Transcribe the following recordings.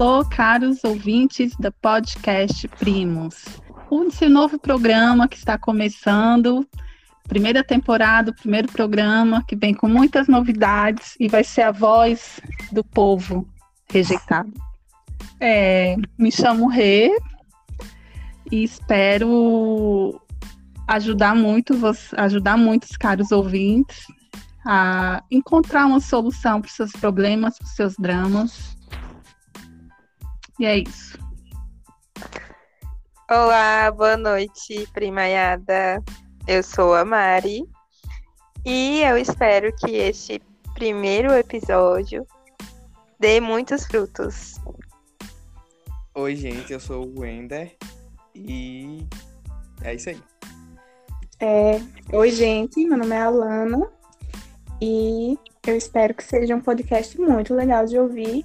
Alô, caros ouvintes da podcast Primos. Esse novo programa que está começando, primeira temporada, primeiro programa, que vem com muitas novidades e vai ser a voz do povo rejeitado. É, me chamo Rê e espero ajudar muito, você, ajudar muito os caros ouvintes a encontrar uma solução para os seus problemas, para os seus dramas. E é isso. Olá, boa noite, primaiada. Eu sou a Mari e eu espero que este primeiro episódio dê muitos frutos. Oi, gente, eu sou o Wender e é isso aí. É, oi, gente. Meu nome é Alana e eu espero que seja um podcast muito legal de ouvir.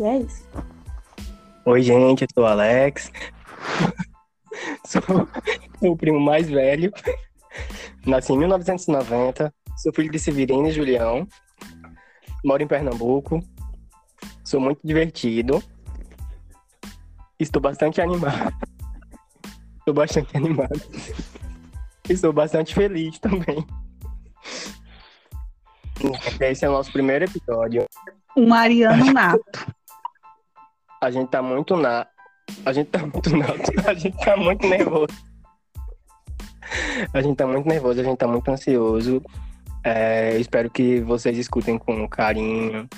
E é isso. Oi, gente. Eu sou o Alex. sou o primo mais velho. Nasci em 1990. Sou filho de Severino e Julião. Moro em Pernambuco. Sou muito divertido. Estou bastante animado. Estou bastante animado. Estou bastante feliz também. Esse é o nosso primeiro episódio. O Mariano Um Nato. A gente tá muito na. A gente tá muito nato. A gente tá muito nervoso. A gente tá muito nervoso, a gente tá muito ansioso. É, espero que vocês escutem com carinho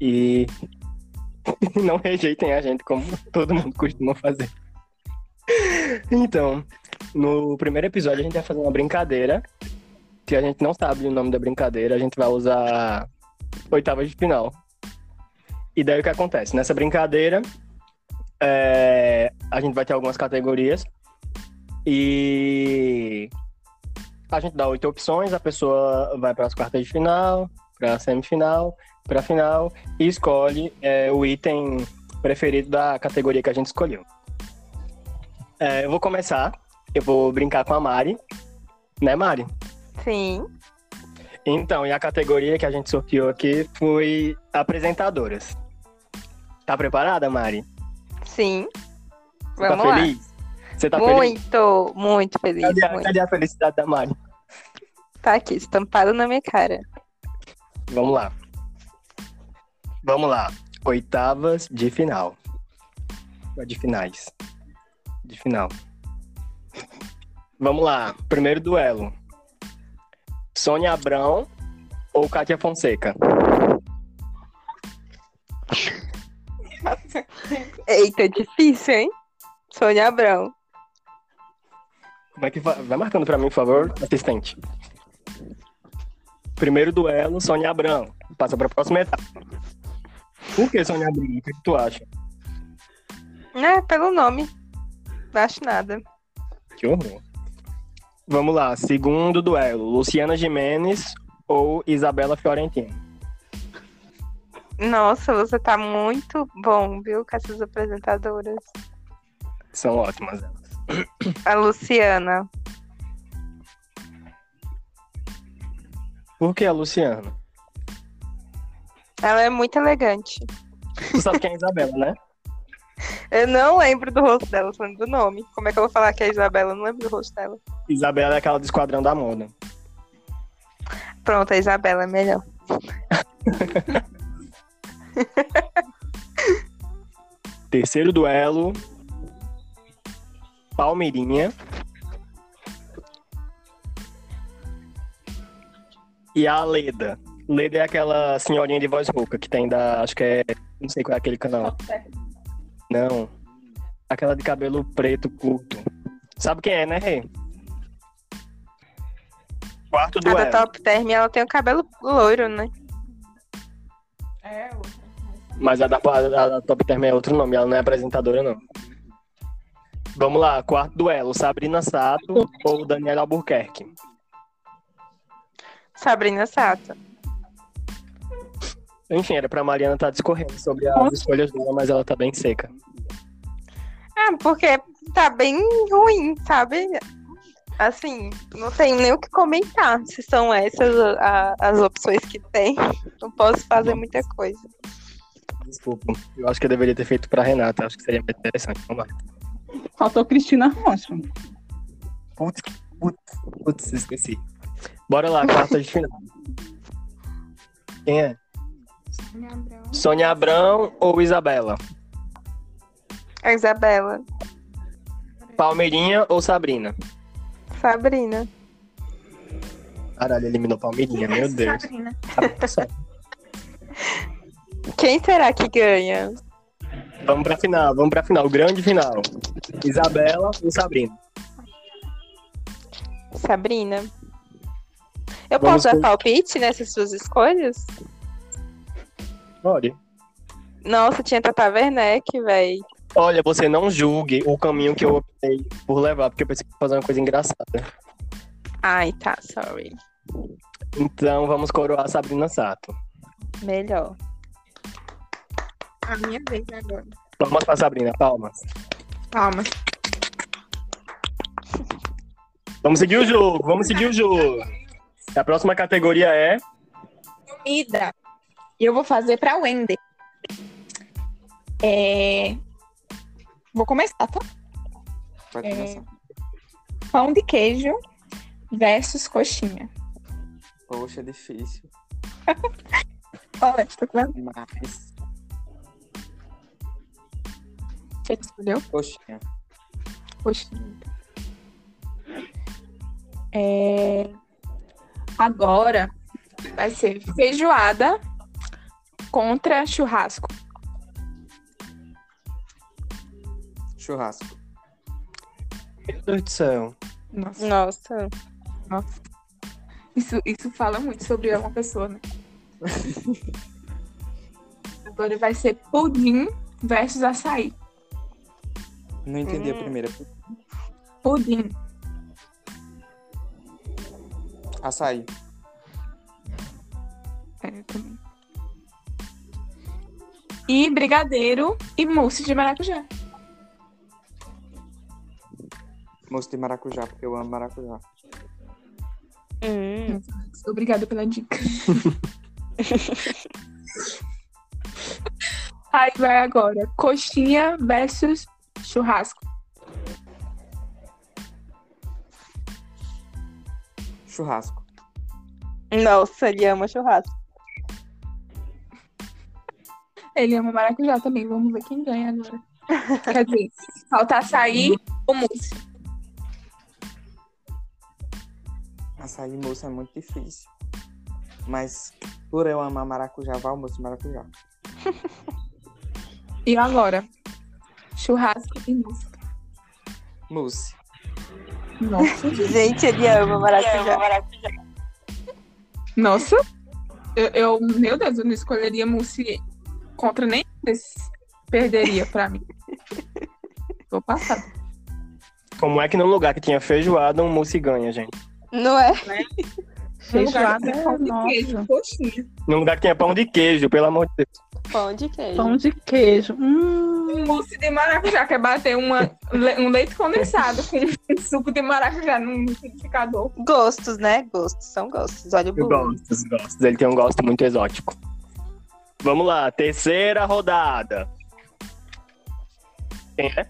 e não rejeitem a gente como todo mundo costuma fazer. Então, no primeiro episódio a gente vai fazer uma brincadeira que a gente não sabe o nome da brincadeira, a gente vai usar oitavas de final. E daí o que acontece? Nessa brincadeira, é, a gente vai ter algumas categorias e a gente dá oito opções, a pessoa vai para as quartas de final, para a semifinal, para a final e escolhe é, o item preferido da categoria que a gente escolheu. É, eu vou começar, eu vou brincar com a Mari, né, Mari? Sim. Então, e a categoria que a gente sorteou aqui foi apresentadoras. Tá preparada, Mari? Sim. Você Vamos tá lá. feliz? Você tá feliz? Muito, muito feliz. Cadê a, muito. cadê a felicidade da Mari? Tá aqui, estampado na minha cara. Vamos lá. Vamos lá. Oitavas de final. De finais. De final. Vamos lá. Primeiro duelo. Sônia Abrão ou Kátia Fonseca? Eita, difícil, hein? Sônia Abrão. Como é que vai? Vai marcando pra mim, por favor, assistente. Primeiro duelo, Sônia Abrão. Passa pra próxima etapa. Por que Sônia Abrão? O que que tu acha? Ah, pelo nome. Não acho nada. Que horror. Vamos lá, segundo duelo. Luciana Jimenez ou Isabela Fiorentino? Nossa, você tá muito bom, viu, com essas apresentadoras. São ótimas. né? A Luciana. Por que a Luciana? Ela é muito elegante. Tu sabe quem é a Isabela, né? Eu não lembro do rosto dela, só lembro do nome. Como é que eu vou falar que é a Isabela? Eu não lembro do rosto dela. Isabela é aquela do Esquadrão da Moda. Pronto, a Isabela é melhor. Terceiro duelo. Palmeirinha. E a Leda. Leda é aquela senhorinha de voz rouca que tem da. Acho que é. Não sei qual é aquele canal. Não. Aquela de cabelo preto curto. Sabe quem é, né, Rê? Quarto A da duelo. Top Term, ela tem o cabelo loiro, né? É, Mas a da, a da Top Term é outro nome, ela não é apresentadora, não. Vamos lá, quarto duelo. Sabrina Sato ou Daniela Albuquerque? Sabrina Sato. Enfim, era pra Mariana estar discorrendo sobre as escolhas dela, mas ela tá bem seca. Ah, porque tá bem ruim, sabe? Assim, não tenho nem o que comentar. Se são essas a- as opções que tem, não posso fazer muita coisa. Desculpa. Eu acho que eu deveria ter feito pra Renata. Acho que seria mais interessante. Vamos lá. Faltou Cristina Rocha. Putz, putz, putz, esqueci. Bora lá, quarta de final. Quem é? Sônia Abrão. Sônia Abrão ou Isabela? A Isabela. Palmeirinha ou Sabrina? Sabrina. Caralho, eliminou Palmeirinha, meu Deus. Sabrina. Quem será que ganha? Vamos pra final, vamos pra final, grande final. Isabela ou Sabrina? Sabrina. Eu Vamos posso dar com- palpite nessas suas escolhas? Olha, Nossa, tinha Tata Werneck, véi. olha, você não julgue o caminho que eu optei por levar, porque eu pensei que ia fazer uma coisa engraçada. Ai, tá, sorry. Então vamos coroar Sabrina Sato. Melhor. A minha vez agora. Palmas pra Sabrina, palmas. Palmas. Vamos seguir o jogo, vamos seguir o jogo. A próxima categoria é. Comida. E eu vou fazer pra Wendy. É... Vou começar, tá? Pode É. começar. Pão de queijo versus coxinha. Poxa, é difícil. Olha, tô com Mas. Você escolheu? Coxinha. Coxinha. É... Agora vai ser feijoada contra churrasco. Churrasco. Meu Deus do céu. Nossa, Nossa. isso, isso fala muito sobre uma pessoa, né? Agora vai ser pudim versus açaí. Não entendi a Hum. primeira. Pudim. Açaí. É, eu também. E brigadeiro e mousse de maracujá. Moço de maracujá, porque eu amo maracujá. Hum. Obrigada pela dica. Aí vai agora. Coxinha versus churrasco. Churrasco. Nossa, ele ama churrasco. Ele ama maracujá também. Vamos ver quem ganha agora. Quer dizer, falta açaí ou mousse. Açaí moço é muito difícil. Mas por eu amar maracujá, vai o moço de maracujá. E agora? Churrasco e mousse. Mousse. Nossa. Gente, ele ama maracujá. Nossa. Eu, eu- meu Deus, eu não escolheria mousse contra nem desses. Perderia pra mim. Vou passar. Como é que num lugar que tinha feijoada, um moço ganha, gente? Não é? Feijoada Lugar que tem é pão de nossa. queijo, coxinha. Num lugar que tinha pão de queijo, pelo amor de Deus. Pão de queijo. Pão de queijo. Hum, mousse de maracujá, quer bater uma, le- um leite condensado com suco de maracujá num liquidificador. Gostos, né? Gostos, são gostos. Olha o Eu burro. gosto, eu gosto. Ele tem um gosto muito exótico. Vamos lá, terceira rodada. Quem é?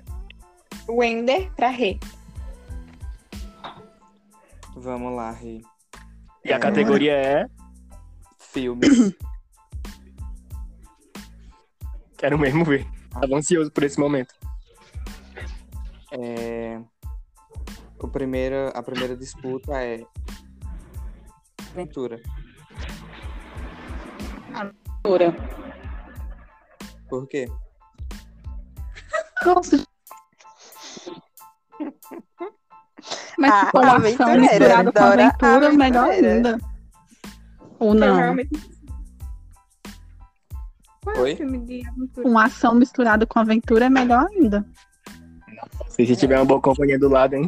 Wender pra Rê. Vamos lá, Rei. E a categoria é. Filmes. Quero mesmo ver. Tava ansioso por esse momento. É, O primeiro, a primeira disputa é. Aventura. dura. Por quê? Gosto de... Mas Ah, se for uma ação aventureira, misturada com adora aventura, melhor aventureira. ainda. Ou Eu não. realmente. Qual é Oi? o filme de aventura? Uma Um ação misturada com aventura é melhor ainda. Se se tiver uma boa companhia do lado, hein?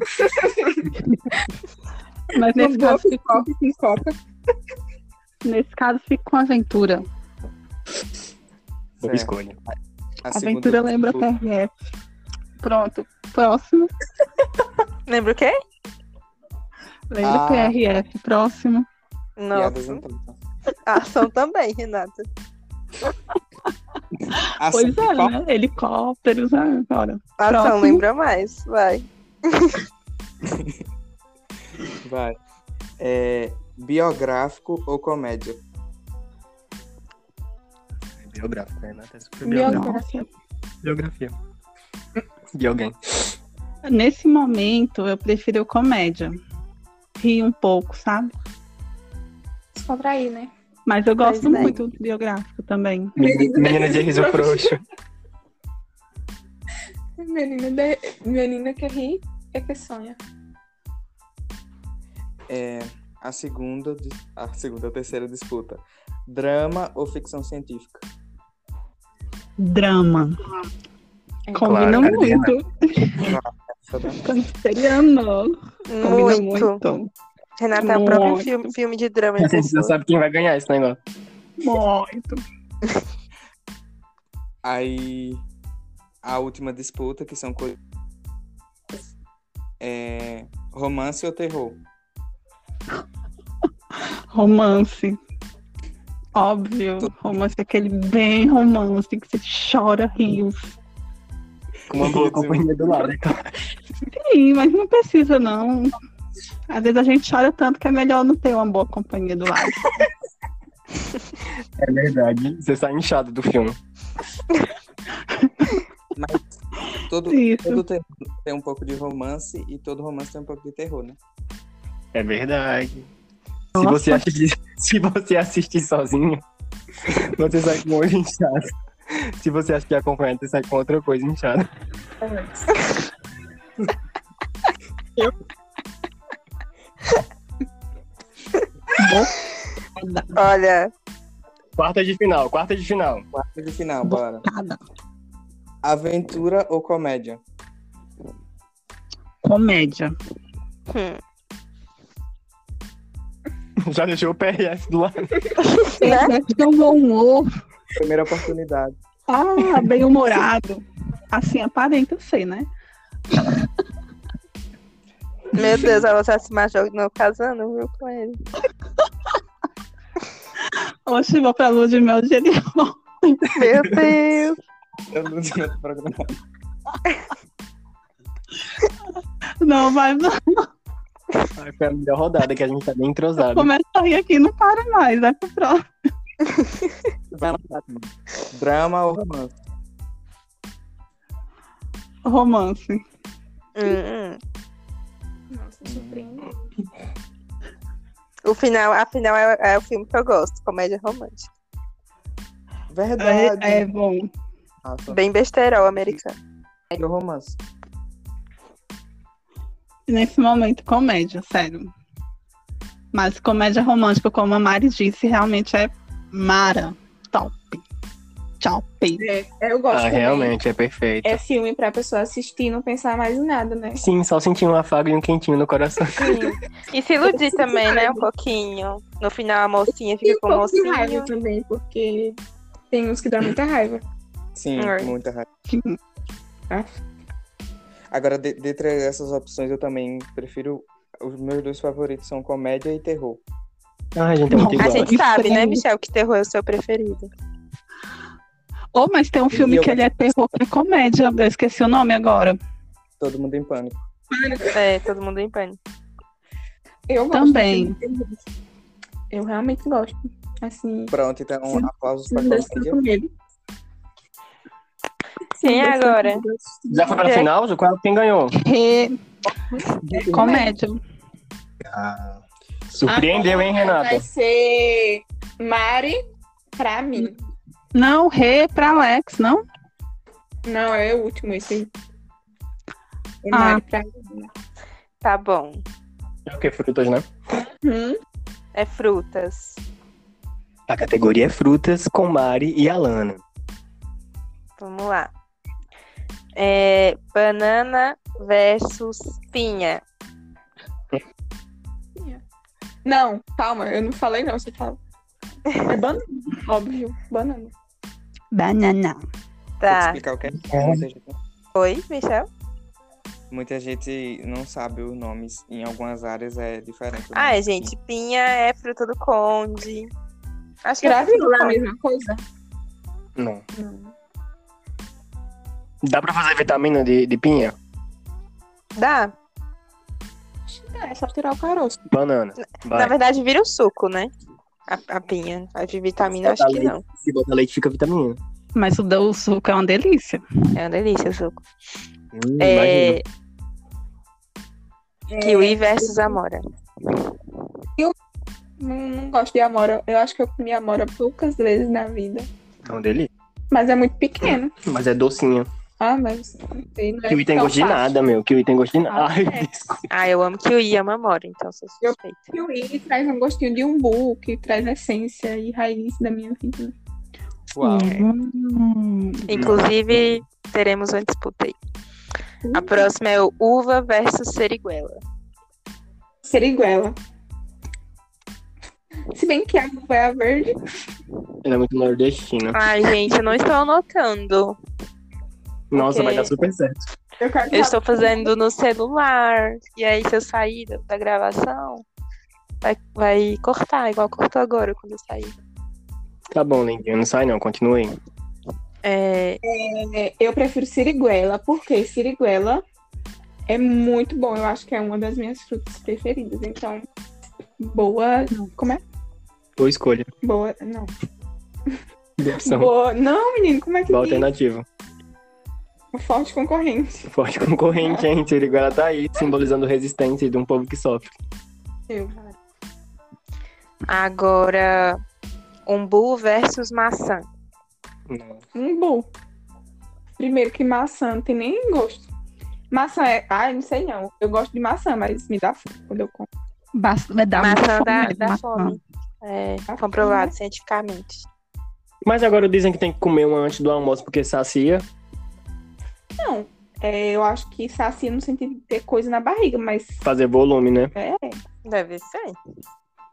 Mas nesse Não caso, gosto de copo com coca. nesse caso fica com aventura. Boa Certo. escolha. A aventura segunda lembra disputa- PRF. Pronto. Próximo. Lembra o quê? Lembra Ah. PRF. Próximo. Piadas né? Nossa. internas. A ação também, Renata. Pois Assim, é, qual- né? Helicópteros, né? Ora. Nossa, não Próximo. lembra mais. Vai. Vai. É, biográfico ou comédia? É biográfico, né? Renata? É super biográfico. Biografia. Biografia. De alguém. Nesse momento, eu prefiro comédia. Ri um pouco, sabe? Descontrair, né? Mas eu Pois é. gosto bem. muito do biográfico também. Menina, menina de riso frouxo. Menina, de... Menina que ri é que sonha. É, a segunda, dis- a segunda ou terceira disputa. Drama ou ficção científica? Drama. Combina É. Claro, cadê, né? muito. Essa da- Canceriano. Combina Muito. muito. Renata, é o próprio Muito. filme, filme de drama. A gente já sabe quem vai ganhar esse negócio. Muito. Aí a última disputa, que são coisas. É, romance ou terror? Romance. Óbvio. Romance é aquele bem romance que você chora rios. Com uma boa companhia do lado. Então. Sim, mas não precisa, não. Às vezes a gente chora tanto que é melhor não ter uma boa companhia do lado. É verdade. Você sai inchado do filme. Todo, Isso. todo terror tem um pouco de romance e todo romance tem um pouco de terror, né? É verdade. Se Nossa. você, assistir, se você assistir sozinho, você sai com o olho inchado. Se você acha que é acompanhado, você sai com outra coisa inchada. Olha, Quarta de final, quarta de final. Quarta de final, bora. Bocada. Aventura ou comédia? Comédia. hum, Já deixou o PRF do lado. né? Tem um bom humor. Primeira oportunidade. Ah, bem humorado. Assim, aparenta ser, né? Meu Deus, ela já se machucou de novo casando, viu, com ele. Oxe, vou pra lua de mel de Jericó. Meu Deus. Eu não tinha outro programa. Não, vai, não. Ai, Ah, Foi a melhor rodada que a gente tá bem entrosado. começa a rir aqui, não para mais. Vai pro próximo. Vai lá. Drama ou romance? Romance. Hum, hum. Nossa, surpreende. O final, a final é, é o filme que eu gosto, comédia romântica. Verdade. É, é bom. Nossa, Bem besterol americano. e o romance. Nesse momento, comédia, sério. Mas comédia romântica, como a Mari disse, realmente é mara. Top. Top. É, eu gosto. Ah, também. realmente, é perfeito. É filme pra pessoa assistir e não pensar mais em nada, né? Sim, só sentir um afago e um quentinho no coração. E se iludir também, né? Um pouquinho. No final a mocinha fica E um com né? o pouco de mocinho. raiva também, porque tem uns que dá muita raiva. Sim, Alright. muita raiva. Sim. Agora, de- dentre essas opções, eu também prefiro. Os meus dois favoritos são comédia e terror. Ai, gente, é muito Não, A igual. gente sabe, né, Estranho. Michel, que terror é o seu preferido. Ou, mas tem um filme eu- que ele é terror que é comédia. Eu esqueci o nome agora. Todo mundo em pânico. É, todo mundo em pânico. Eu gosto. Também. assim, Eu realmente gosto. Assim, Pronto, então Sim. aplausos pra não deixo comédia. com medo. Quem é agora? Já foi pra É. final? Já Qual quem ganhou? Re- Comédia. Surpreendeu, hein, Vai Renata? ser Mari pra mim. Não, re pra Alex, não? Não, é o último esse aí. É Ah. Mari pra mim. Tá bom. É o que? Frutas, né? Hum, É frutas. A categoria é frutas com Mari e Alana. Vamos lá. É, banana versus pinha. Não, calma, eu não falei não, você fala. É banana, óbvio, banana. Banana. Vou te Tá. explicar o que é. É. Muita gente, Oi, Michel? muita gente não sabe os nomes. Em algumas áreas é diferente. né? Ai, gente, pinha é fruta do conde. Acho que é Grave fruta do é a conde. mesma coisa. Não. Não. Dá pra fazer vitamina de, de pinha? Dá. Acho que dá, é só tirar o caroço. Banana. Na Vai. verdade, vira o suco, né? A, a pinha. A de vitamina, eu acho que não. Se botar leite, fica vitamina. Mas o, da- o suco é uma delícia. É uma delícia o suco. Hum, É... imagina. Kiwi versus Amora. Não, não gosto de amora. Eu acho que eu comi amora poucas vezes na vida. É um delícia. Mas é muito pequeno. Mas é docinho. Ah, mas não sei. Não é Kiwi tem tão gosto de fácil. nada, meu. Kiwi tem gosto de nada. Ah, Ai, é. desculpa. Ah, eu amo Kiwi e amo Amora, então sou Eu- suspeita. Kiwi traz um gostinho de umbu, que traz essência e raiz da minha vida. Uau. é. Hum. Inclusive, teremos uma disputa aí. A próxima é o Uva versus Seriguela. Seriguela. Se bem que a uva é a verde, Ela é muito nordestina. Ai, gente, eu não estou anotando. Nossa, ok. vai dar super certo. eu quero Eu estou fazendo no celular. E aí, se eu sair da, da gravação, vai, vai cortar, igual cortou agora quando eu saí. Tá bom, lindinho. Não sai não, continue. É, É, Eu prefiro siriguela, porque siriguela é muito bom. Eu acho que é uma das minhas frutas preferidas. Então, boa. Como é? Boa escolha. Boa. Não. Boa opção. Boa. Não, menino, como é que Boa diz? alternativa. Forte concorrente. Forte concorrente, hein? Seriguela tá aí, simbolizando resistência de um povo que sofre. Eu. agora, umbu versus maçã. Não. Um bom. Primeiro que maçã não tem nem gosto. Maçã é. Ai, não sei não. Eu gosto de maçã, mas me dá fome quando eu como. Basta, vai dar muita maçã fome dá, mesmo, dá maçã. fome. É, comprovado cientificamente. Mas agora dizem que tem que comer uma antes do almoço porque sacia. Não. É, eu acho que sacia no sentido de ter coisa na barriga, mas. Fazer volume, né? É. Deve ser.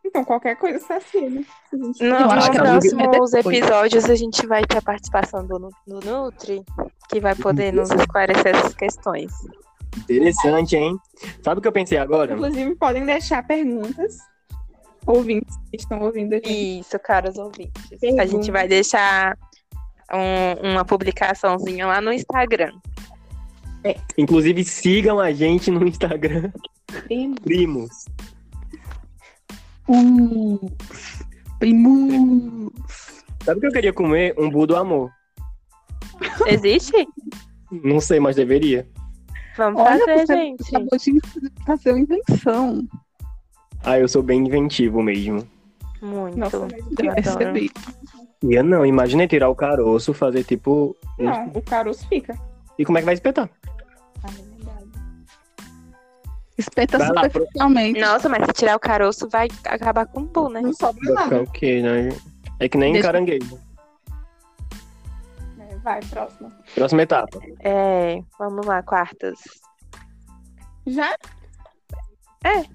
Então, qualquer coisa sacia, né? Se a gente No, Eu acho nos que ela devia comer próximos depois. episódios a gente vai ter a participação do, Nu- do Nutri, que vai poder nos esclarecer essas questões. Interessante, hein? Sabe o que eu pensei agora? É. Inclusive, podem deixar perguntas. Ouvintes que estão ouvindo a gente. Isso, caros ouvintes. A Pergunta. gente vai deixar um- uma publicaçãozinha lá no Instagram. Inclusive, sigam a gente no Instagram, primos. Uh, primo. Sabe o que eu queria comer? Um bu do amor. Existe? Não sei, mas deveria. Vamos Olha, fazer, você gente. tá acabou de fazer uma invenção. Ah, eu sou bem inventivo mesmo. Muito. Nossa, mas Eu Eu adoro. percebi. E eu não, imaginei tirar o caroço, fazer tipo. não, o caroço fica. E como é que vai espetar? Ah, é Espeta Vai lá, pro- superficialmente. Nossa, mas se tirar o caroço vai acabar com o bu, né? Não sobra Vai ficar nada. o quê, né? É que nem Deixa- caranguejo. É, Vai, próximo. Próxima etapa. É, vamos lá, quartas. Já?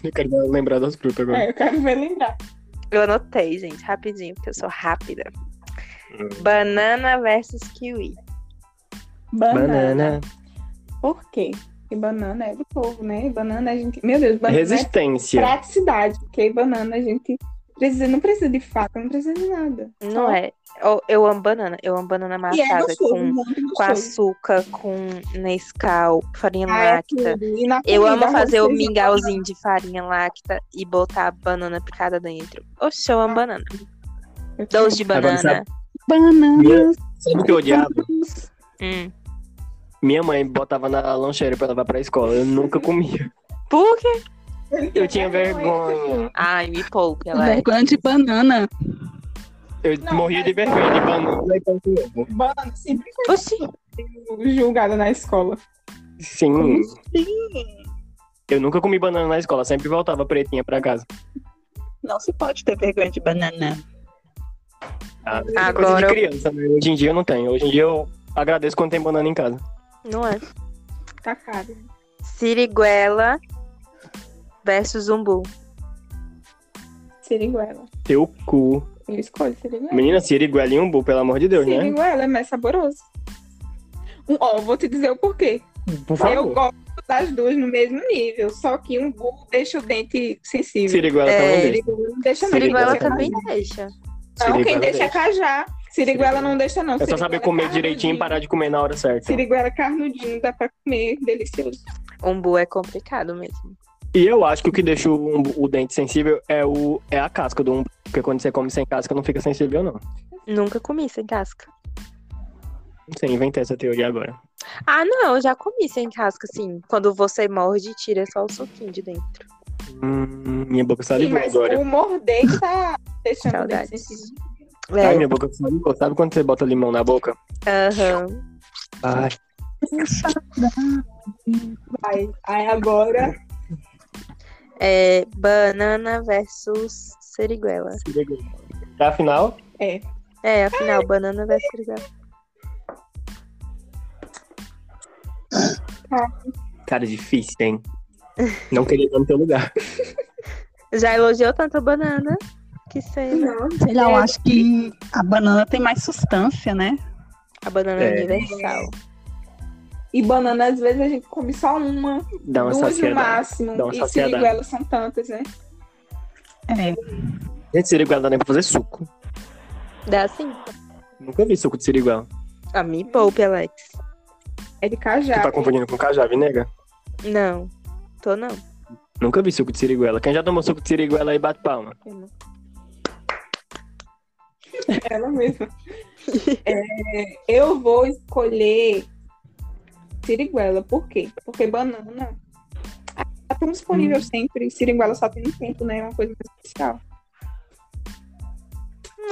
Eu quero lembrar das frutas agora. É, eu quero ver lembrar. Eu anotei, gente, rapidinho, porque eu sou rápida. Banana versus kiwi. Banana. Banana. Por quê? Porque banana é do povo, né? Banana a gente. Meu Deus, banana é Resistência. praticidade. Porque banana a gente precisa, não precisa de faca, não precisa de nada. Não é. Eu, eu amo banana. Eu amo banana E é amassada gostoso, com, muito com gostoso. açúcar, com Nescau, farinha Ah, é láctea. tudo. E na Eu comida, amo fazer o arroz, feijão, mingauzinho de farinha láctea e botar a banana picada dentro. Oxe, eu amo banana. eu te- Doce de Agora banana. Bananas. Sabe o que eu odiava? Hum. Minha mãe botava na lancheira pra levar pra escola. Eu nunca comia. Por quê? Eu tinha vergonha. Ai, me poupe, ela é. Vergonha de banana. Eu Não, morria de mas- vergonha de banana e pão com ovo. Banana sempre Oxi, foi julgada na escola. Sim. Eu nunca comi banana na escola, sempre voltava pretinha pra casa. Não se pode ter vergonha de banana. Ah, Agora coisa de eu- criança, né? Hoje em dia eu não tenho. Hoje em dia eu agradeço quando tem banana em casa. não é. Tá caro. Siriguela versus umbu. Siriguela. Teu cu. Eu escolho siriguela. Menina, siriguela e umbu, pelo amor de Deus, né? Siriguela é mais saboroso. Um- Ó, eu vou te dizer o porquê. Por Eu favor. gosto das duas no mesmo nível, só que um burro deixa o dente sensível. Siriguela É, também deixa. Siriguela não deixa não. Siriguela Siriguela Deixa também cajá. deixa. Não, quem Siriguela deixa é deixa. cajá. Siriguela não deixa, não. tá É só saber comer direitinho e para. parar de comer na hora certa. Siriguela carnudinho, dá pra comer, delicioso. Umbu é complicado mesmo. E eu acho que o que deixa o, umbu- o dente sensível é, o, é a casca do umbu. Porque quando você come sem casca, não fica sensível, não. Nunca comi sem casca. Não sei, inventei essa teoria agora. Ah, não, eu já comi sem casca, sim. Quando você morde, tira só o suquinho de dentro. Hum, minha boca Sim, salivou mas agora. o morder que tá deixando o dente Saudades. sensível. Ai, É, minha boca salivou. Sabe quando você bota limão na boca? aham. Ai, Vai. Aí agora, É banana versus seriguela. tá, afinal, É, afinal, banana versus seriguela. cara, difícil, hein? Não queria estar no teu lugar. Já elogiou tanto a banana? Que cena. Uhum. não. Sei lá, eu acho que a banana tem mais substância, né? A banana É. universal. E banana, às vezes, a gente come só uma, Dá uma duas no saciedade. máximo. Dá uma e saciedade. siriguelas são tantas, né? É. Gente, siriguela dá nem pra fazer suco. Dá sim. Nunca vi suco de siriguela. A me poupe, Alex. É de cajá. Tu tá confundindo com cajave, nega? Não, tô não. Nunca vi suco de siriguela. Quem já tomou suco de siriguela aí, bate palma. Ela mesma. É, eu vou escolher siriguela. Por quê? Porque banana tá tão disponível sempre. Siriguela só tem um tempo, né? É uma coisa mais especial.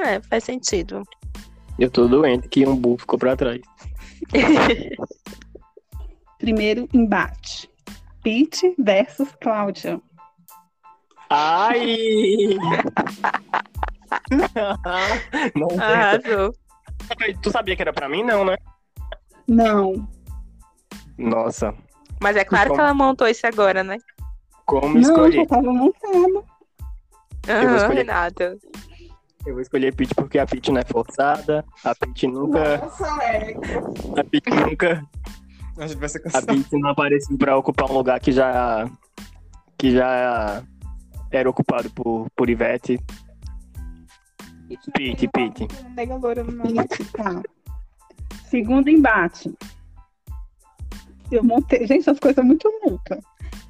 É, faz sentido. Eu tô doente que um burro ficou pra trás. Primeiro embate. Pete versus Cláudia. Ai! não, Arrasou. Tu sabia que era pra mim, não, né? Não, Nossa, Mas é claro que ela montou isso agora, né? como não, escolher? já tava montado. vou Aham, escolher. Renato. Eu vou escolher Pete porque a Pete não é forçada, a Pete nunca. Nossa, Alex. A Pete nunca. A gente vai ser A cancelado. Pete não apareceu pra ocupar um lugar que já. que já era ocupado por, por Ivete. Pete, Pete. Nega loura no nome. Pete, tá. Segundo embate. Eu montei. Gente, essas coisas são muito loucas.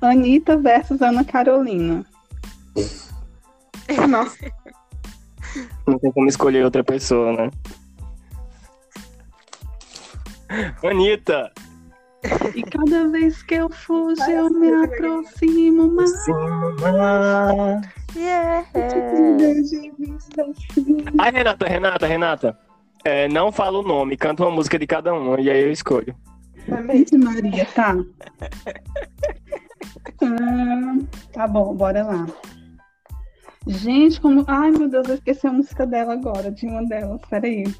Anitta versus Ana Carolina. Nossa, Não tem como escolher outra pessoa, né? Anitta! E cada vez que eu fujo, eu me aproximo mais. Yeah. é. Ai, Renata, Renata, Renata. É, não fala o nome, canta uma música de cada um, e aí eu escolho. também. Gente, Maria, tá. Ah, tá bom, bora lá. Gente, como. Ai, meu Deus, eu esqueci a música dela agora, de uma delas, peraí.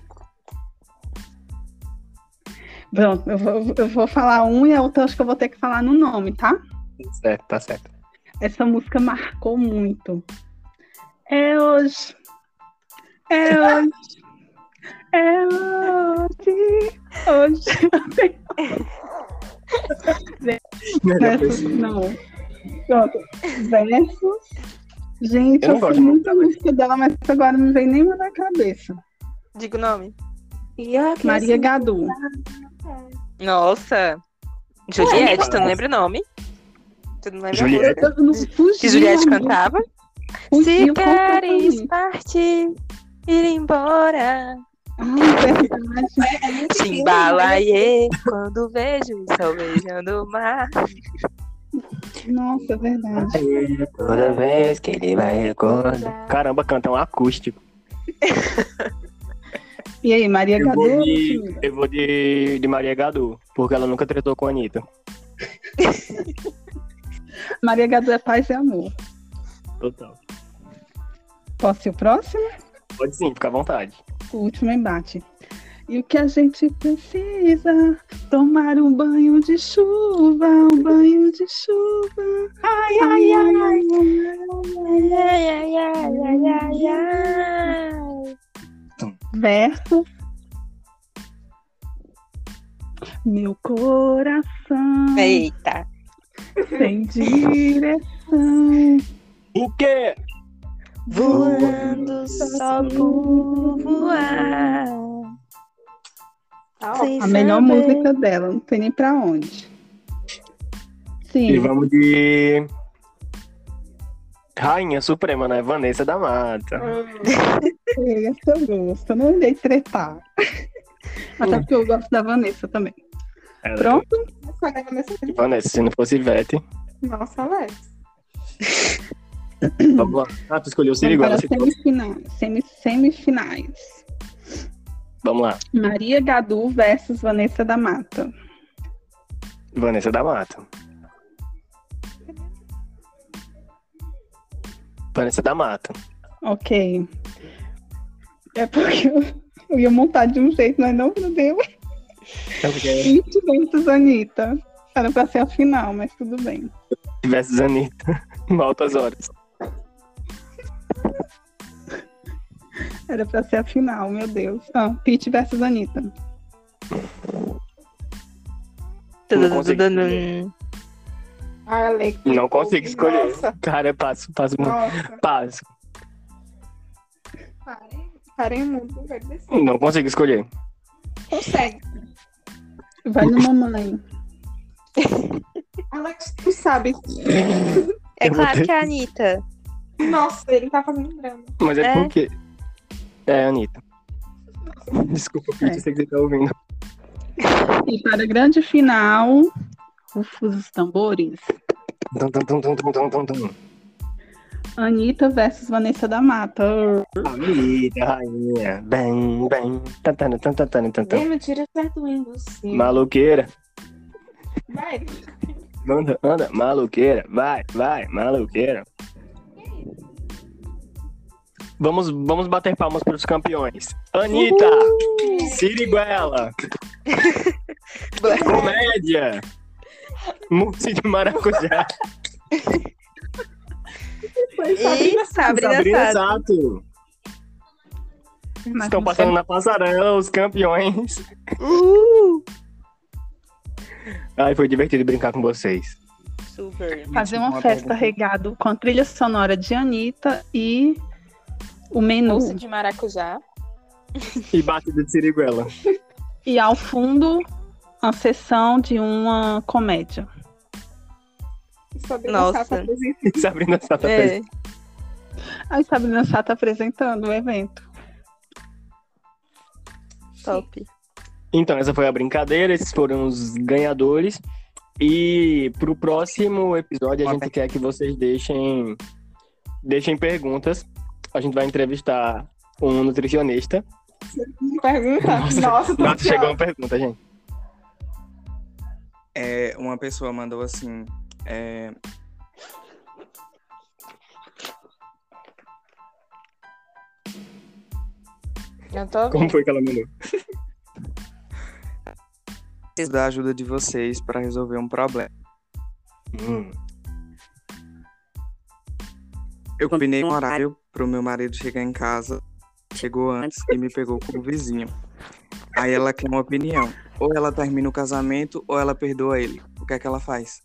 Pronto, eu vou, eu vou falar um e a outra eu acho que eu vou ter que falar no nome, tá? Certo, tá certo. Essa música marcou muito. É hoje. É hoje. É hoje. Hoje. Versus, não. Pronto. Versus. Gente, Eu não eu, gosto sei muito muita música dela, mas agora não vem nenhuma na cabeça. Diga o nome. E eu aqui, Maria assim, Gadu. Nossa. Juliette, tu não lembra o nome? Tu não lembra a Juliette. música? Eu não fugi, Que Juliette amor. cantava? Fugiu Se queres completamente. partir, ir embora. Ai, Ah, verdade. Timbalaie, quando vejo o sol beijando o mar. Nossa, é verdade. Toda vez que ele vai recordar. Caramba, canta um acústico. E aí, Maria Eu Gadu? é assim. vou ou de, Ludmilla? eu vou de, de Maria Gadu, porque ela nunca tretou com a Anitta. Maria Gadu é paz e amor. Total. Posso ir o próximo? Pode sim, fica à vontade. O último embate. E o que a gente precisa? Tomar um banho de chuva, um banho de chuva. Ai, ai, ai, ai. Ai, ai, ai, ai, ai, ai. verso. Meu coração Eita. sem direção. O quê? Voando só logo voar. Tá ótimo. sem A melhor saber. música dela, não tem nem pra onde. E Sim, vamos de. Rainha Suprema, né? Vanessa da Mata. essa eu gosto. Eu não irei tretar. Até porque eu gosto da Vanessa também. Ela- Pronto? Caramba, nessa- Vanessa, se não fosse Ivete. Nossa, Alex. Vamos lá. Ah, tu escolheu o Vamos Siriguela. para você- semifinais. semi- semifinais. Vamos lá. Maria Gadu versus Vanessa da Mata. Vanessa da Mata. Vanessa da Mata. Ok. É porque eu, eu ia montar de um jeito, mas não deu. Se 20 versus Anitta. Era pra ser a final, mas tudo bem. tivesse Zanita, em altas horas. Era pra ser a final, meu Deus. Ah, Pete versus Anitta. Não consigo. Tududududum. Ai, Alex. Não consigo escolher. Nossa, Cara, passo, passo, nossa. passo. Parem, parem muito, vai descer. Não consigo escolher. Consegue. Vai no mamãe. Alex, tu sabe. É Eu vou claro ter- que é a Anitta. Nossa, ele tá fazendo drama. Mas é, É. porque. É, Anitta. Desculpa, Pete, eu sei que você tá ouvindo. E para a grande final, rufos os tambores. Tum, tum, tum, tum, tum, tum, tum, tum. Anitta versus Vanessa da Mata. Amiga, rainha. Bem, bem. Tantana, tantana, tantana, tantana. Vem, me tira certo Windows. sim. Maluqueira. Vai. Anda, anda, maluqueira, vai, vai, maluqueira. Vamos, vamos bater palmas para os campeões. Anitta, Siriguela, Comédia, Murci de Maracujá, Foi E Sabrina, Sato. Sabrina Sato. Mas Estão não passando na passarela os campeões. Uh! Ai, foi divertido brincar com vocês. Super. tipo, Fazer uma, Uma festa pergunta. regado com a trilha sonora de Anitta e o menu. Mousse de maracujá. E batida de Siriguela. E ao fundo, a sessão de uma comédia. Sabrina Nossa. Sato apresenta. E Sabrina Sato fez. É. Aí Sabrina Sato tá apresentando o evento. Top. Então, essa foi a brincadeira, esses foram os ganhadores. E pro próximo episódio, a Uma gente quer que vocês deixem, deixem perguntas. A gente vai entrevistar um nutricionista. Pergunta. Nossa. Nossa, tô Nossa, chegou ansiosa. uma pergunta, gente. É, uma pessoa mandou assim. é, Eu tô Como foi que ela mandou? preciso da ajuda de vocês para resolver um problema. Hum, Eu combinei um horário pro meu marido chegar em casa. Chegou antes e me pegou com o vizinho. Aí ela quer uma opinião. Ou ela termina o casamento ou ela perdoa ele. O que é que ela faz?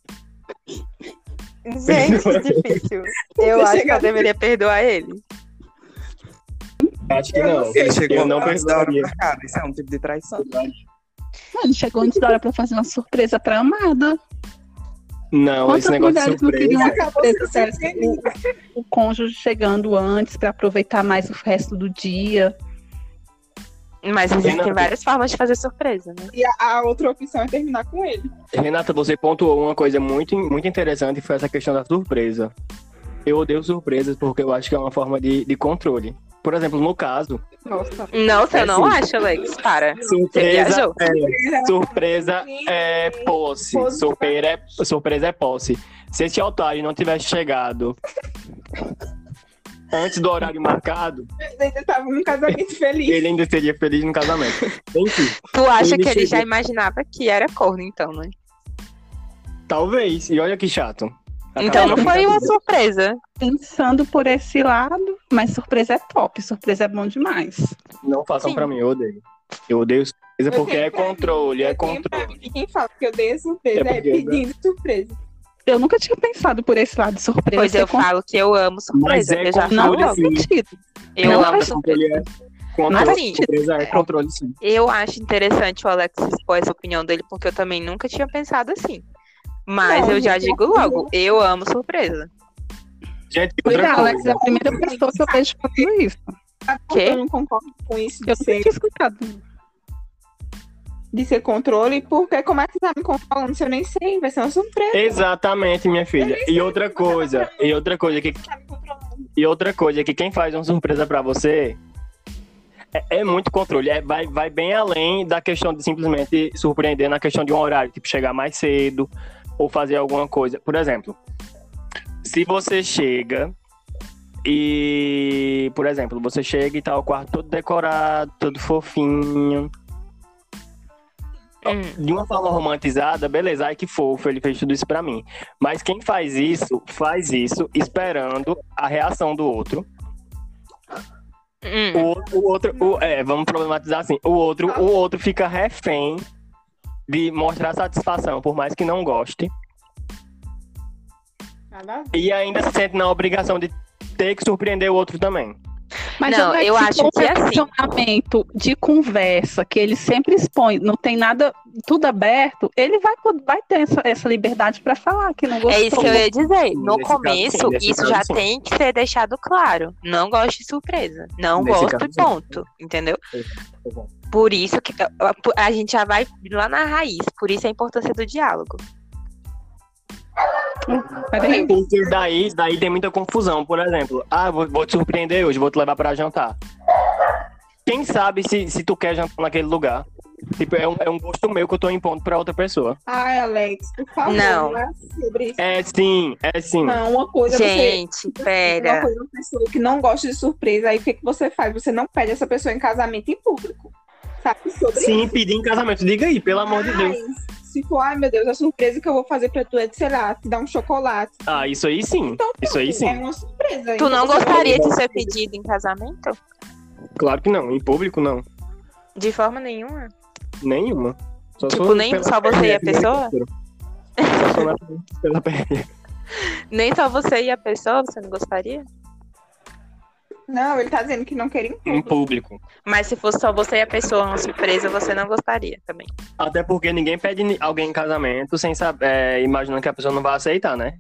Gente, que difícil. Eu acho que eu deveria perdoar ele. acho que não. Ele chegou eu não antes da hora perdoaria. marcada. Isso é um tipo de traição. Ele chegou antes da hora pra fazer uma surpresa pra amada. Não, esse Quantas negócio mulheres de não queriam surpresa. uma surpresa dessa? O, o cônjuge chegando antes pra aproveitar mais o resto do dia. Mas existem Renata. várias formas de fazer surpresa, né? E a, a outra opção é terminar com ele. Renata, você pontuou uma coisa muito, muito interessante, foi essa questão da surpresa. Eu odeio surpresas porque eu acho que é uma forma de, de controle. Por exemplo, no caso, Nossa. Nossa, eu não Assim. acho, Alex. Para. surpresa viajou. é Surpresa é posse. Posse. Surpresa é, surpresa é posse. Se esse otário não tivesse chegado antes do horário marcado, Ele ainda tava num casamento feliz. ele ainda seria feliz no casamento. Enfim, Tu acha Ele que ele já chegou- imaginava que era corno, então, né? talvez. E olha que chato. Então não Acabou. foi uma surpresa. Pensando por esse lado, mas surpresa é top, surpresa é bom demais. Não façam Sim. pra mim, eu odeio. Eu odeio surpresa porque é controle, é Eu tenho pra controle. mim que Quem fala que eu dei a surpresa É é, porque- pedindo surpresa. Eu nunca tinha pensado por esse lado, surpresa. Pois eu com- falo que eu amo surpresa. Mas é eu já Não falo. confuso, faz sim. sentido. Eu Não amo faz surpresa. Controle é- Controle, Assim, surpresa é controle, sim. Eu acho interessante o Alex expor essa opinião dele, porque eu também nunca tinha pensado assim. Mas é Não, eu já gente, digo eu- logo, eu amo surpresa. Gente, Pois é, outra Alex, é coisa. a primeira pessoa que eu vejo falando isso. Sabe por Quê? que Tá? Eu não concordo com isso Eu de nunca ser, tinha escutado. de ser controle, porque como é que você tá me controlando se eu nem sei? Vai ser uma surpresa. Exatamente, minha filha. E outra coisa, e outra coisa que Você tá me controlando. E outra coisa, que quem faz uma surpresa pra você é, é muito controle. É, vai, vai bem além da questão de simplesmente surpreender na questão de um horário, tipo chegar mais cedo ou fazer alguma coisa. Por exemplo, se você chega e, por exemplo, você chega e tá o quarto todo decorado, todo fofinho, Hum, de uma forma romantizada, beleza, ai que fofo, ele fez tudo isso pra mim. Mas quem faz isso, faz isso esperando a reação do outro. O, hum. outro- o outro, o- é, vamos problematizar assim. O outro, o outro fica refém de mostrar satisfação, por mais que não goste. Nada a ver. E ainda se sente na obrigação de ter que surpreender o outro também. Mas Não, eu se acho for um que é assim. questionamento de conversa que ele sempre expõe, não tem nada, tudo aberto, ele vai, vai ter essa, essa liberdade para falar que não gostou. É isso que eu ia dizer. No Nesse caso, começo, sim, nesse isso caso, já sim. tem que ser deixado claro. Não gosto de surpresa. Não Nesse gosto caso, e sim. tá ponto. Entendeu? Por isso que a- a gente já vai lá na raiz. Por isso a importância do diálogo. Peraí. Porque daí, daí tem muita confusão. Por exemplo, ah, vou, vou te surpreender hoje, vou te levar pra jantar. Quem sabe se, se tu quer jantar naquele lugar? Tipo, é um, é um gosto meu que eu tô impondo pra outra pessoa. Ai, Alex, por favor, Não. não é sobre isso. É sim, é sim. Não, uma coisa é você Gente, Uma pera. coisa, uma pessoa que não gosta de surpresa, aí o que, que você faz? Você não pede essa pessoa em casamento em público. Sabe? Sobre Sim, pedir em casamento. Diga aí, pelo amor de Mas, Deus. Se for, ai meu Deus, a surpresa que eu vou fazer pra tu é, de, sei lá, te dar um chocolate. Ah, isso aí sim. Isso aí sim. É uma surpresa. Tu Então, não você gostaria vai- de ser pedido em casamento? Claro que não, em público não. De forma nenhuma. Nenhuma. Só Tipo, sou nem pela só você e a PRF, pessoa? né, professora? Só sou na- pela PRF. Nem só você e a pessoa, você não gostaria? Não, ele tá dizendo que não quer em em público. público. Mas se fosse só você e a pessoa, uma surpresa, você não gostaria também. Até porque ninguém pede ni- alguém em casamento sem saber, é, imaginando que a pessoa não vai aceitar, né?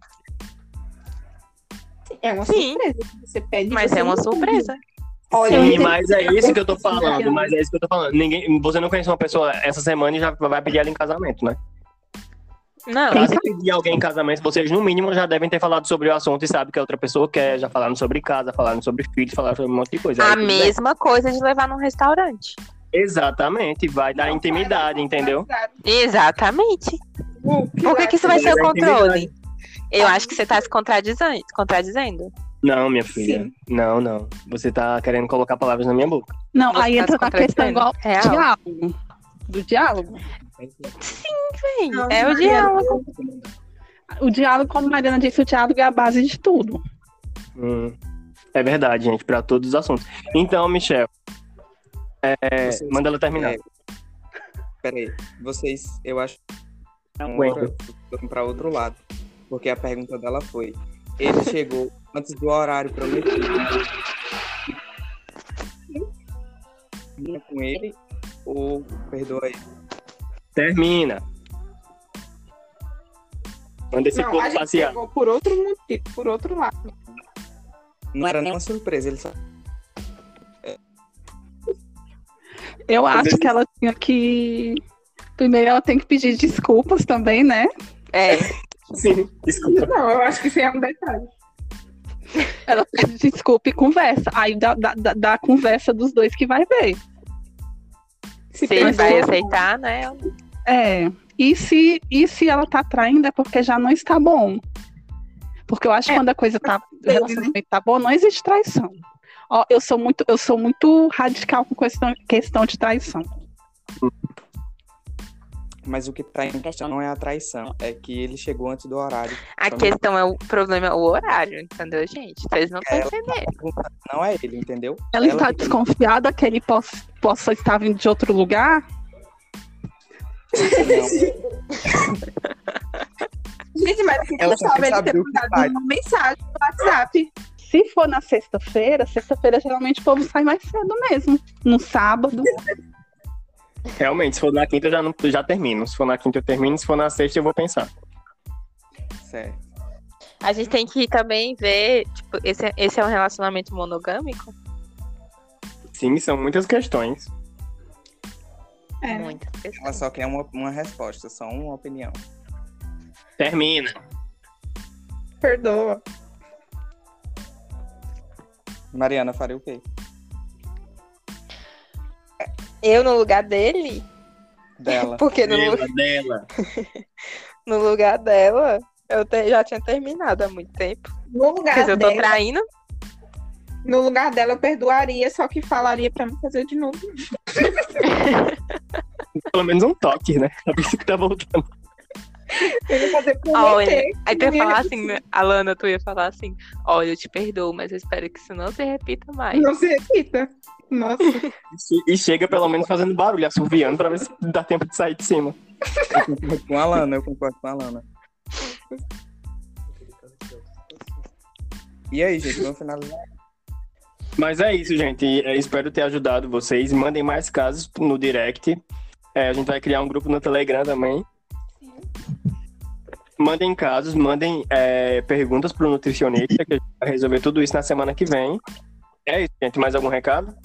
É uma Sim. surpresa. que Você pede Mas você é uma não pede. surpresa. Olha, Sim, eu mas é isso que eu tô Sim. falando, mas é isso que eu tô falando. Ninguém, você não conhece uma pessoa essa semana e já vai pedir ela em casamento, né? Não. Pra se pedir alguém em casamento, vocês no mínimo já devem ter falado sobre o assunto e sabe que a outra pessoa quer, já falaram sobre casa, falaram sobre filhos, falaram sobre um monte de coisa. Aí A tudo bem. mesma coisa de levar num restaurante. Exatamente, vai dar Não, intimidade, vai dar entendeu? intimidade. Exatamente. Uh, Por que, lá- que isso vai Mas ser o é controle? Eu acho que você tá se contradizan- contradizendo. Não, minha filha. Sim. Não, não. Você tá querendo colocar palavras na minha boca. Não, Você aí tá entra se na questão igual contradizendo. Real. diálogo. Do diálogo. Sim, Não, é o mas- diálogo. O diálogo, como a Mariana disse, o diálogo é a base de tudo. Hum. É verdade, gente, pra todos os assuntos. Então, Michel, é, Vocês- manda ela terminar. É. Peraí, vocês, eu acho Não outra- aguento. foram para outro lado, porque a pergunta dela foi: ele chegou antes do horário prometido? Vinha com ele ou perdoa ele? Termina. Manda esse Não, a povo gente passear. pegou por outro motivo, por outro lado. Não era nenhuma surpresa, ele só Eu Às acho vezes- que ela tinha que. Primeiro ela tem que pedir desculpas também, né? É. Sim, desculpa. Não, eu acho que isso é um detalhe. Ela pede desculpa e conversa. Aí dá, dá, dá- dá a conversa dos dois que vai ver. Se Se ele vai perdoa, aceitar, né? É. E se, e se ela tá traindo é porque já não está bom. Porque eu acho É, que quando a coisa tá, o né? relacionamento tá bom, não existe traição. Ó, eu sou muito, eu sou muito radical com questão, questão de traição. Mas o que tá em questão não é a traição, é que ele chegou antes do horário. A questão é o problema, é o horário, entendeu, gente? Vocês não estão entendendo. Não é ele, entendeu? Ela, está que- desconfiada que ele possa, possa estar vindo de outro lugar? é- Não, Gente, mas que Ela só sabe quer ele saber ter o que mandado faz. uma mensagem no WhatsApp. Se for na sexta-feira, sexta-feira geralmente o povo sai mais cedo mesmo. No sábado. Realmente, se for na quinta, eu já, não, já termino. Se for na quinta, eu termino. Se for na sexta, eu vou pensar. Certo. A gente tem que também ver, tipo, esse, esse é um relacionamento monogâmico? Sim, são muitas questões. É. Muito. Ela só quer uma, uma resposta, só uma opinião. Termina. Perdoa. Mariana faria o quê? Eu no lugar dele? Dela. Porque no, Dela, dela. no lugar dela, eu te- já tinha terminado há muito tempo. No Quer dizer, lugar, eu tô dela, traindo? no lugar dela, eu perdoaria, só que falaria pra não fazer de novo. Pelo menos um toque, né? A isso que tá voltando. Eu ia fazer Olha, prometer. aí tu ia Não ia falar assim, né? Alana, tu ia falar assim, olha, eu te perdoo, mas eu espero que isso não se repita mais. Não se repita. Nossa. E chega pelo menos fazendo barulho, assoviando, pra ver se dá tempo de sair de cima. Eu concordo com a Lana, eu concordo com a Lana. E aí, gente, vamos finalizar? Mas é isso, gente. E, é, espero ter ajudado vocês. Mandem mais casos no direct. É, a gente vai criar um grupo no Telegram também. Mandem casos, mandem é, perguntas pro nutricionista, que a gente vai resolver tudo isso na semana que vem. É isso, gente. Mais algum recado?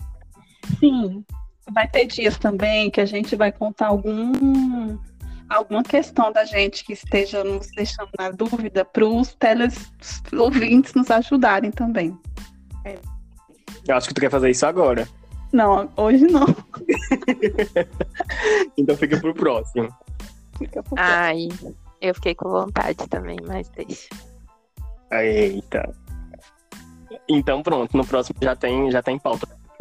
Sim. Vai ter dias também que a gente vai contar algum alguma questão da gente que esteja nos deixando na dúvida para os teles ouvintes nos ajudarem também. Eu acho que tu quer fazer isso agora. Não, hoje não. Então fica pro próximo. Fica por quê? Ai, eu fiquei com vontade também, mas deixa. Eita. Então pronto, no próximo já tem, já tem pauta. Tu,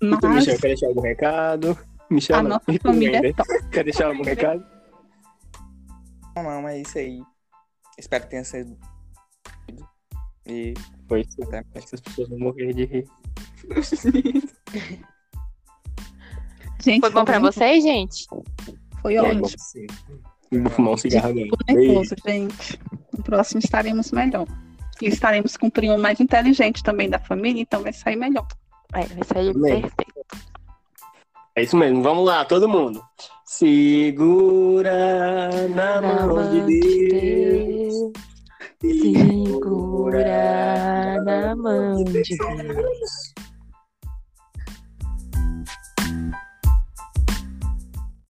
Mas Michel, quer deixar algum recado? Michel, a não. nossa E tu, família é Wender, top. quer deixar algum recado? Não, não, é isso aí. Espero que tenha sido. E Foi isso. até mais. Essas pessoas vão morrer de rir. Gente, Foi tá bom pra muito- vocês, gente? Foi Foi ótimo. bom. Vou É, fumar um cigarro agora. Tô nervoso, gente. No próximo estaremos melhor. E estaremos com um primo mais inteligente também da família, então vai sair melhor. É, vai sair Amém. perfeito. É isso mesmo, vamos lá, todo mundo. Segura na mão de Deus. Segura Segura na mão de Deus.